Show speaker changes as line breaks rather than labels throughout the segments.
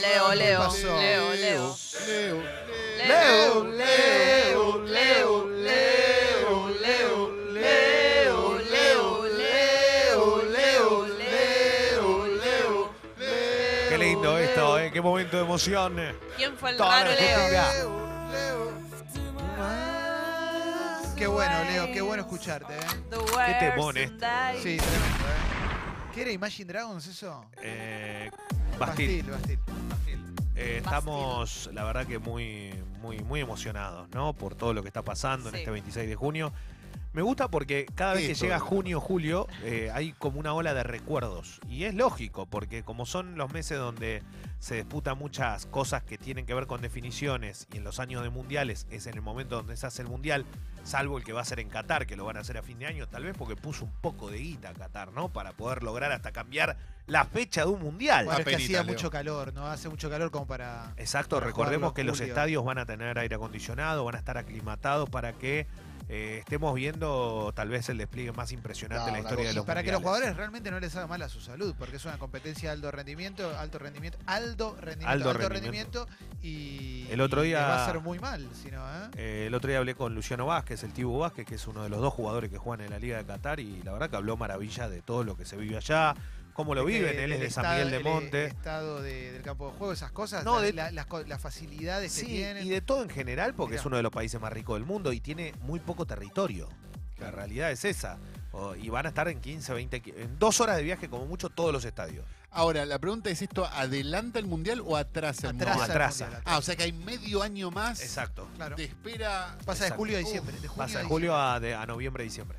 Leo, Leo,
pasó?
Leo, Leo.
Leo,
Leo,
Leo, Leo, Leo, Leo, Leo, Leo, Leo, Leo, Leo, Leo,
Qué lindo esto, ¿eh? Qué momento de emoción.
¿Quién fue el
Toda
raro,
la
Leo?
Argentina.
Qué bueno, Leo, qué bueno escucharte, ¿eh?
Qué
temón, eh.
Sí, tremendo, ¿eh? ¿Qué era Imagine Dragons eso?
Eh, Bastil,
Bastil, Bastil.
eh, estamos, la verdad que muy, muy, muy emocionados, ¿no? Por todo lo que está pasando
Sí.
en este 26 de junio. Me gusta porque cada vez que
Esto,
llega
¿no?
junio, julio, eh, hay como una ola de recuerdos. Y es lógico, porque como son los meses donde se disputan muchas cosas que tienen que ver con definiciones, y en los años de mundiales es en el momento donde se hace el mundial, salvo el que va a ser en Qatar, que lo van a hacer a fin de año, tal vez porque puso un poco de guita Qatar, ¿no? Para poder lograr hasta cambiar la fecha de un mundial.
Bueno, es que
Apenita,
hacía
Leo.
mucho calor, ¿no? Hace mucho calor como para...
Exacto,
para
recordemos
jugarlo
que los
julio.
estadios van a tener aire acondicionado, van a estar aclimatados para que eh, estemos viendo tal vez el despliegue más impresionante en la
No, una
historia de
cosa-
los
Y para que los
mundiales.
jugadores realmente no les haga mal a su salud, porque es una competencia de alto rendimiento, alto rendimiento, alto rendimiento,
Alto
alto,
rendimiento.
rendimiento. y
El otro
y
día-
les va a hacer muy mal, si no, ¿eh?
Eh, el otro día hablé con Luciano Vázquez, el Tibu Vázquez, que es uno de los dos jugadores que juegan en la Liga de Qatar y la verdad que habló maravilla de todo lo que se vive allá, cómo lo
Este,
viven, él es
el
de San
estado-
Miguel de
el-
Monte.
El estado de- del campo de juego, esas cosas,
No,
la-
de-
la- las, co- las facilidades que
Sí,
tienen.
y de todo en general, porque
Mirá.
es uno de los países más ricos del mundo y tiene muy poco territorio. La
Claro.
realidad es esa. O- y van a estar en 15, 20, qui- en dos horas de viaje como mucho todos los estadios.
Ahora, la pregunta es esto, ¿adelanta el Mundial o atrasa el Mundial?
atrasa, el
atrasa.
mundial, atrasa.
Ah, o sea que hay medio año más
Exacto.
Claro.
de espera.
Pasa de
Exacto.
julio a
Uf,
diciembre. De junio
Pasa de
a
julio
diciembre.
a, de- a noviembre, diciembre.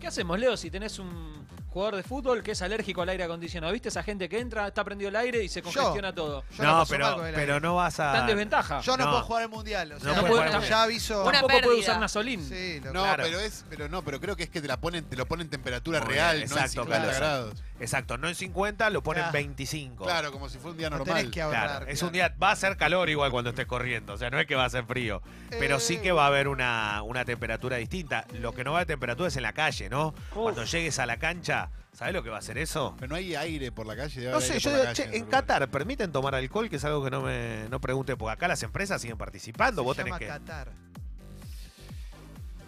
¿Qué hacemos, Leo, si tenés un jugador de fútbol que es alérgico al aire acondicionado? ¿Viste esa gente que entra, está prendido el aire y se
Yo.
congestiona todo?
Yo la
No,
paso mal
pero,
con el
pero
aire.
no vas
Está en
a.
desventaja.
Yo no,
no.
puedo jugar el mundial. O sea,
puedes
jugar el
ya
mundial.
aviso.
Una
Tampoco puede
pérdida.
usar nasolín.
Sí, lo-
No,
Claro.
pero es, pero no, pero creo que es que te la ponen, te lo ponen en temperatura
Muy
real,
bien,
no en
exacto,
50
claro.
grados.
Exacto, no en 50, lo ponen
Ah. Claro.
25.
Claro, como si fuera un día
no
normal.
tenés que ahorrar.
Claro, es
claro.
un día, va a ser calor igual cuando estés corriendo, o sea, no es que va a ser frío, pero sí
Eh.
que va a haber una, una temperatura distinta. Lo que no va a temperatura es en la calle, ¿no? Cuando llegues a la cancha, ¿sabés lo que va a hacer eso?
Pero no hay aire por la calle. debe
No
haber
sé,
aire
yo
por la
digo,
calle
che,
esos
en
lugares.
Qatar, ¿permiten tomar alcohol? Que es algo que no me no pregunte, porque acá las empresas siguen participando,
Se
vos tenés
llama
que...
Qatar.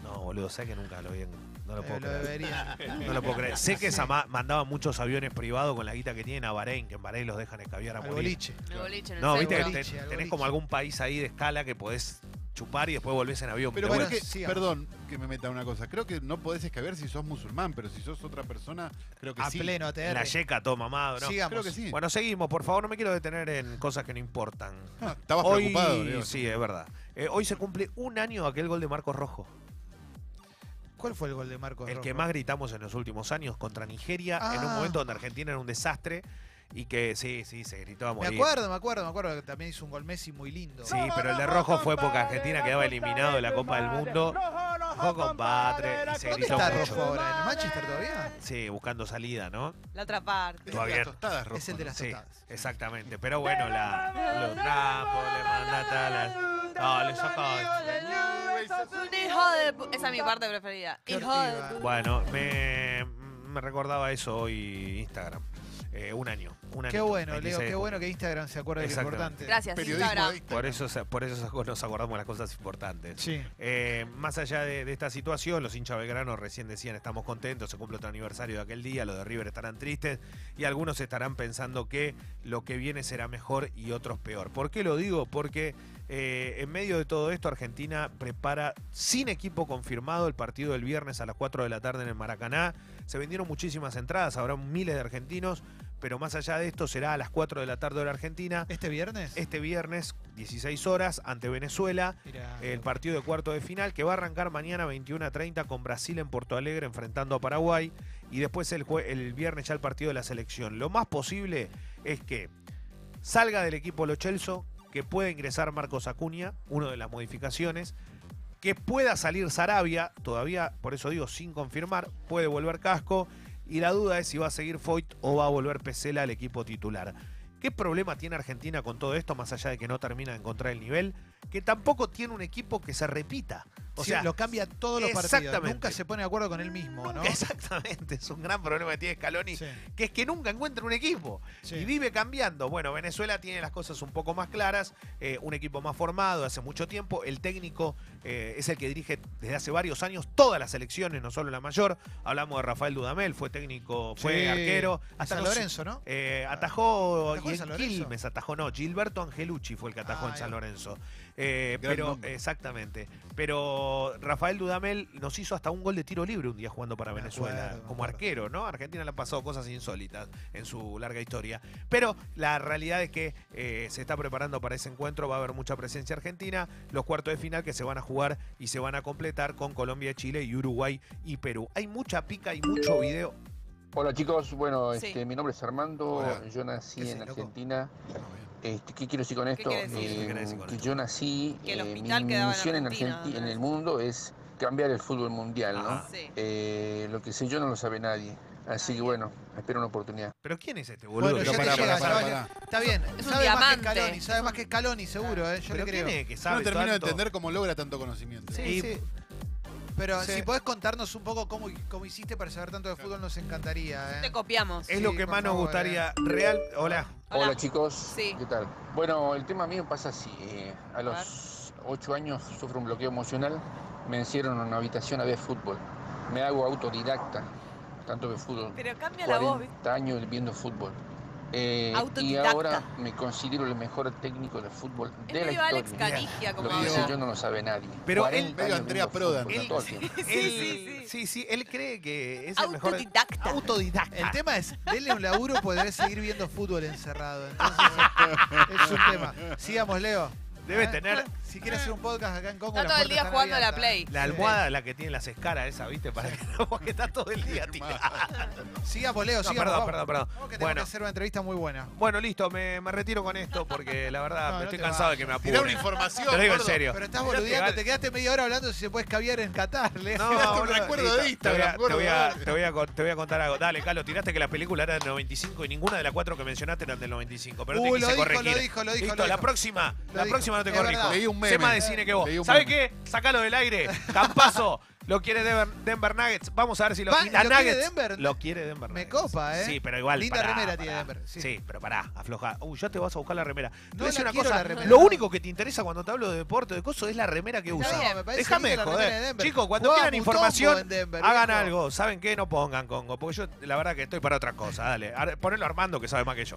No, boludo, sé que nunca lo vi, en- no lo
Eh,
puedo
lo
creer.
debería.
No lo puedo creer. Sé que esa ma- mandaban muchos aviones privados con la guita que tienen a Bahrein, que en Bahrein los dejan escabiar a
Al
morir.
boliche.
El boliche en el
No,
Al
viste, que
centro.
boliche,
te-
al
tenés
boliche.
como algún país ahí de escala que podés chupar y después volvés en avión.
Pero
de
creo
bueno,
que,
sigamos.
perdón que me meta una cosa. Creo que no podés escabear si sos musulmán, pero si sos otra persona, creo que
A
sí.
pleno
vuelta. En la
ATR.
yeca todo mamado, ¿no?
Sigamos.
Creo que sí.
Bueno, seguimos, por favor, no me quiero detener en cosas que no importan.
Ah, Estabas
hoy,
preocupado, Leo.
Sí, es verdad. Eh, hoy se cumple un año de aquel gol de Marcos Rojo.
¿Cuál fue el gol de Marcos
el que
Rojo?
más gritamos en los últimos años contra Nigeria, en un
Ah.
momento donde Argentina era un desastre y que sí, sí, se gritaba a
Me
morir.
acuerdo, me acuerdo, me acuerdo que también hizo un gol Messi muy lindo.
Sí, pero el de Rojo fue porque Argentina quedaba eliminado de la Copa del Mundo. Rojo, compadre. Y se
¿Dónde
gritó
está
mucho.
Rojo ahora? ¿En el Manchester todavía?
Sí, buscando salida, ¿no?
La otra parte.
Es el de
Todavía.
las tostadas, Rojo,
Es el de
¿no?
las
Sí,
tostadas.
exactamente. Pero bueno, la, los trapos, le mandata la- No, le sacó.
Un hijo de pu- Esa es mi parte preferida.
Qué
Hijo de
hortiva.
pu-
Bueno, me, me recordaba eso hoy Instagram. Eh, un año. Un año.
Qué bueno,
26
Leo,
de
qué
junio.
bueno que Instagram se acuerde de lo
Exactamente.
importante.
Gracias,
Periodismo
Instagram.
de
Por
Instagram.
eso, se- por eso se- nos acordamos las cosas importantes.
Sí.
Eh, más allá de, de esta situación, los hinchas belgranos recién decían estamos contentos, se cumple otro aniversario de aquel día, los de River estarán tristes y algunos estarán pensando que lo que viene será mejor y otros peor. ¿Por qué lo digo? Porque eh, en medio de todo esto Argentina prepara sin equipo confirmado el partido del viernes a las 4 de la tarde en el Maracaná. Se vendieron muchísimas entradas, habrá miles de argentinos, pero más allá de esto será a las 4 de la tarde de la Argentina.
¿Este viernes?
Este viernes, 16 horas, ante Venezuela.
Mirá.
El partido de cuarto de final que va a arrancar mañana 21 a 30 con Brasil en Porto Alegre enfrentando a Paraguay y después el, jue- el viernes ya el partido de la selección. Lo más posible es que salga del equipo Lo Celso, que pueda ingresar Marcos Acuña, una de las modificaciones, que pueda salir Sarabia, todavía por eso digo sin confirmar, puede volver Casco y la duda es si va a seguir Foyt o va a volver Pesela al equipo titular. ¿Qué problema tiene Argentina con todo esto, más allá de que no termina de encontrar el nivel? Que tampoco tiene un equipo que se repita. O
Sí,
sea,
lo cambia todos los partidos.
exactamente.
Nunca se pone de acuerdo con él mismo, ¿no?
exactamente, es un gran problema que tiene Scaloni,
Sí,
que es que nunca encuentra un equipo.
sí.
y vive cambiando. Bueno, Venezuela tiene las cosas un poco más claras, eh, un equipo más formado hace mucho tiempo. El técnico eh, es el que dirige desde hace varios años todas las selecciones, no solo la mayor. Hablamos de Rafael Dudamel, fue técnico, fue
Sí.
arquero.
San
no sé-
Lorenzo, ¿no?
eh, atajó,
Ah, ¿Atajó
y
en
en
San Lorenzo?
Quilmes, atajó no, Gilberto Angelucci fue el que atajó
Ah,
en San
ahí va.
Lorenzo. Eh,
Gran
pero,
nombre.
exactamente. Pero Rafael Dudamel nos hizo hasta un gol de tiro libre un día jugando para
Me
Venezuela,
acuerdo, me
como
acuerdo.
arquero, ¿no? A Argentina le han pasado cosas insólitas en su larga historia. Pero la realidad es que eh, se está preparando para ese encuentro, va a haber mucha presencia argentina, los cuartos de final que se van a jugar y se van a completar con Colombia, Chile y Uruguay y Perú. Hay mucha pica y mucho video.
Hola chicos, bueno,
Sí.
este, mi nombre es Armando,
Hola.
yo
¿Qué
nací en
haces, loco?
Argentina. Este, ¿Qué quiero decir con esto?
quiere decir?
Eh,
¿Qué quiere decir con
que
esto?
yo nací,
Que el
eh,
hospital
mi
quedaba en
misión en,
Argentina,
Argenti- en
¿verdad?
el mundo es cambiar el fútbol mundial, ¿no?
Ajá.
Sí.
Eh, lo que sé yo no lo sabe nadie, así que bueno, espero una oportunidad.
Pero ¿quién es este boludo?
Bueno,
que
Pero
está
ya te
pará,
llega,
pará,
tratando-
ya
pará,
vaya-
pará.
Está bien,
un
sabe más que
diamante.
Scaloni, sabe más que Scaloni seguro, ¿eh? yo
Pero
le creo.
¿quién es que
Yo
sabe
no termino de
tanto?
entender cómo logra tanto conocimiento.
Sí,
Y-
sí. Pero
Sí.
si podés contarnos un poco cómo, cómo hiciste para saber tanto de fútbol, nos encantaría. ¿eh?
Te copiamos.
Es lo
Sí,
que
por
más nos
favor, eh.
gustaría. Real. Hola.
Hola, chicos,
Sí.
¿qué tal? Bueno, el tema mío pasa así, eh, a
ver.
los ocho años sufro un bloqueo emocional, me encierro en una habitación a ver fútbol, me hago autodidacta, tanto de fútbol.
Pero cambia la voz.
40 años viendo fútbol. Eh, y
Autodidacta.
ahora me considero el mejor técnico de fútbol
Es
de la
medio Alex
historia.
Canigia como
Lo que
Medio-
sé
ahora.
yo no lo sabe nadie.
Pero él-
40
medio
años
Andrea
viendo
Prodan.
fútbol,
Él-
todo el tiempo.
Sí,
Él-
sí, sí.
sí, sí, él cree que es el mejor.
Autodidacta.
Autodidacta.
El tema es, denle un laburo, podrés seguir viendo fútbol encerrado. Entonces, es un tema. Sigamos, Leo.
Debe
¿Eh?
tener
Si quieres hacer un podcast acá en Congo,
Está
las
todo el
puertas
día
están
jugando a la
abiertas,
Play.
¿eh?
la almohada, la que tiene las escaras esa, ¿viste? Para que no, porque está todo el día tirada.
Sigamos, Leo,
No,
sigamos.
perdón,
vamos.
perdón, perdón.
Vamos que tenemos
Bueno.
que hacer una entrevista muy buena.
Bueno, listo, me, me retiro con esto porque la verdad
No,
me
no
estoy
te
cansado de
vayas.
que me
Tirá una
apuren.
información.
Te lo digo en
gordo.
serio.
Pero estás
Mirá,
boludeando,
te-
te quedaste media hora hablando si se puede escabiar en Qatar, Leo.
No,
Tiraste un
boludo,
recuerdo
listo,
de Instagram,
Te voy, a, te, voy a-
gordo,
te voy a con- te voy a contar algo. Dale, Carlos, tiraste que la película era del 95 y ninguna de las cuatro que mencionaste eran del 95. Pero
Uh,
te
lo
quise
dijo,
corregir.
lo dijo, lo dijo,
Listo,
lo
la
dijo.
próxima.
Lo
la
dijo.
próxima no te
Es
corrijo.
verdad.
Leí un meme.
Sé más de cine que vos.
Leí un
¿Sabes
meme.
qué? Sácalo del aire. Campazo. Lo quiere Denver, Denver Nuggets. Vamos a ver si lo,
Va,
y la
¿lo quiere
Nuggets.
Denver?
Lo quiere Denver
Me
Nuggets.
copa, ¿eh?
Sí, pero igual.
Linda
pará,
remera tiene
pará.
Denver, sí.
Sí. pero pará, afloja. Uy, ya te vas a buscar la remera. Te voy a
No
decir una
la quiero
cosa.
la remera.
Lo único que te interesa cuando te hablo de deporte, de coso, es la remera que
Está
usa.
bien,
me parece
Déjame de
linda la remera de
joder.
Denver.
Chicos, cuando
Jugaba
quieran
Mutombo
información,
en Denver,
hagan
viejo.
algo. ¿Saben qué? No pongan Congo, porque yo la verdad que estoy para otra cosa. Dale, Ar- ponelo a Armando que sabe más que yo.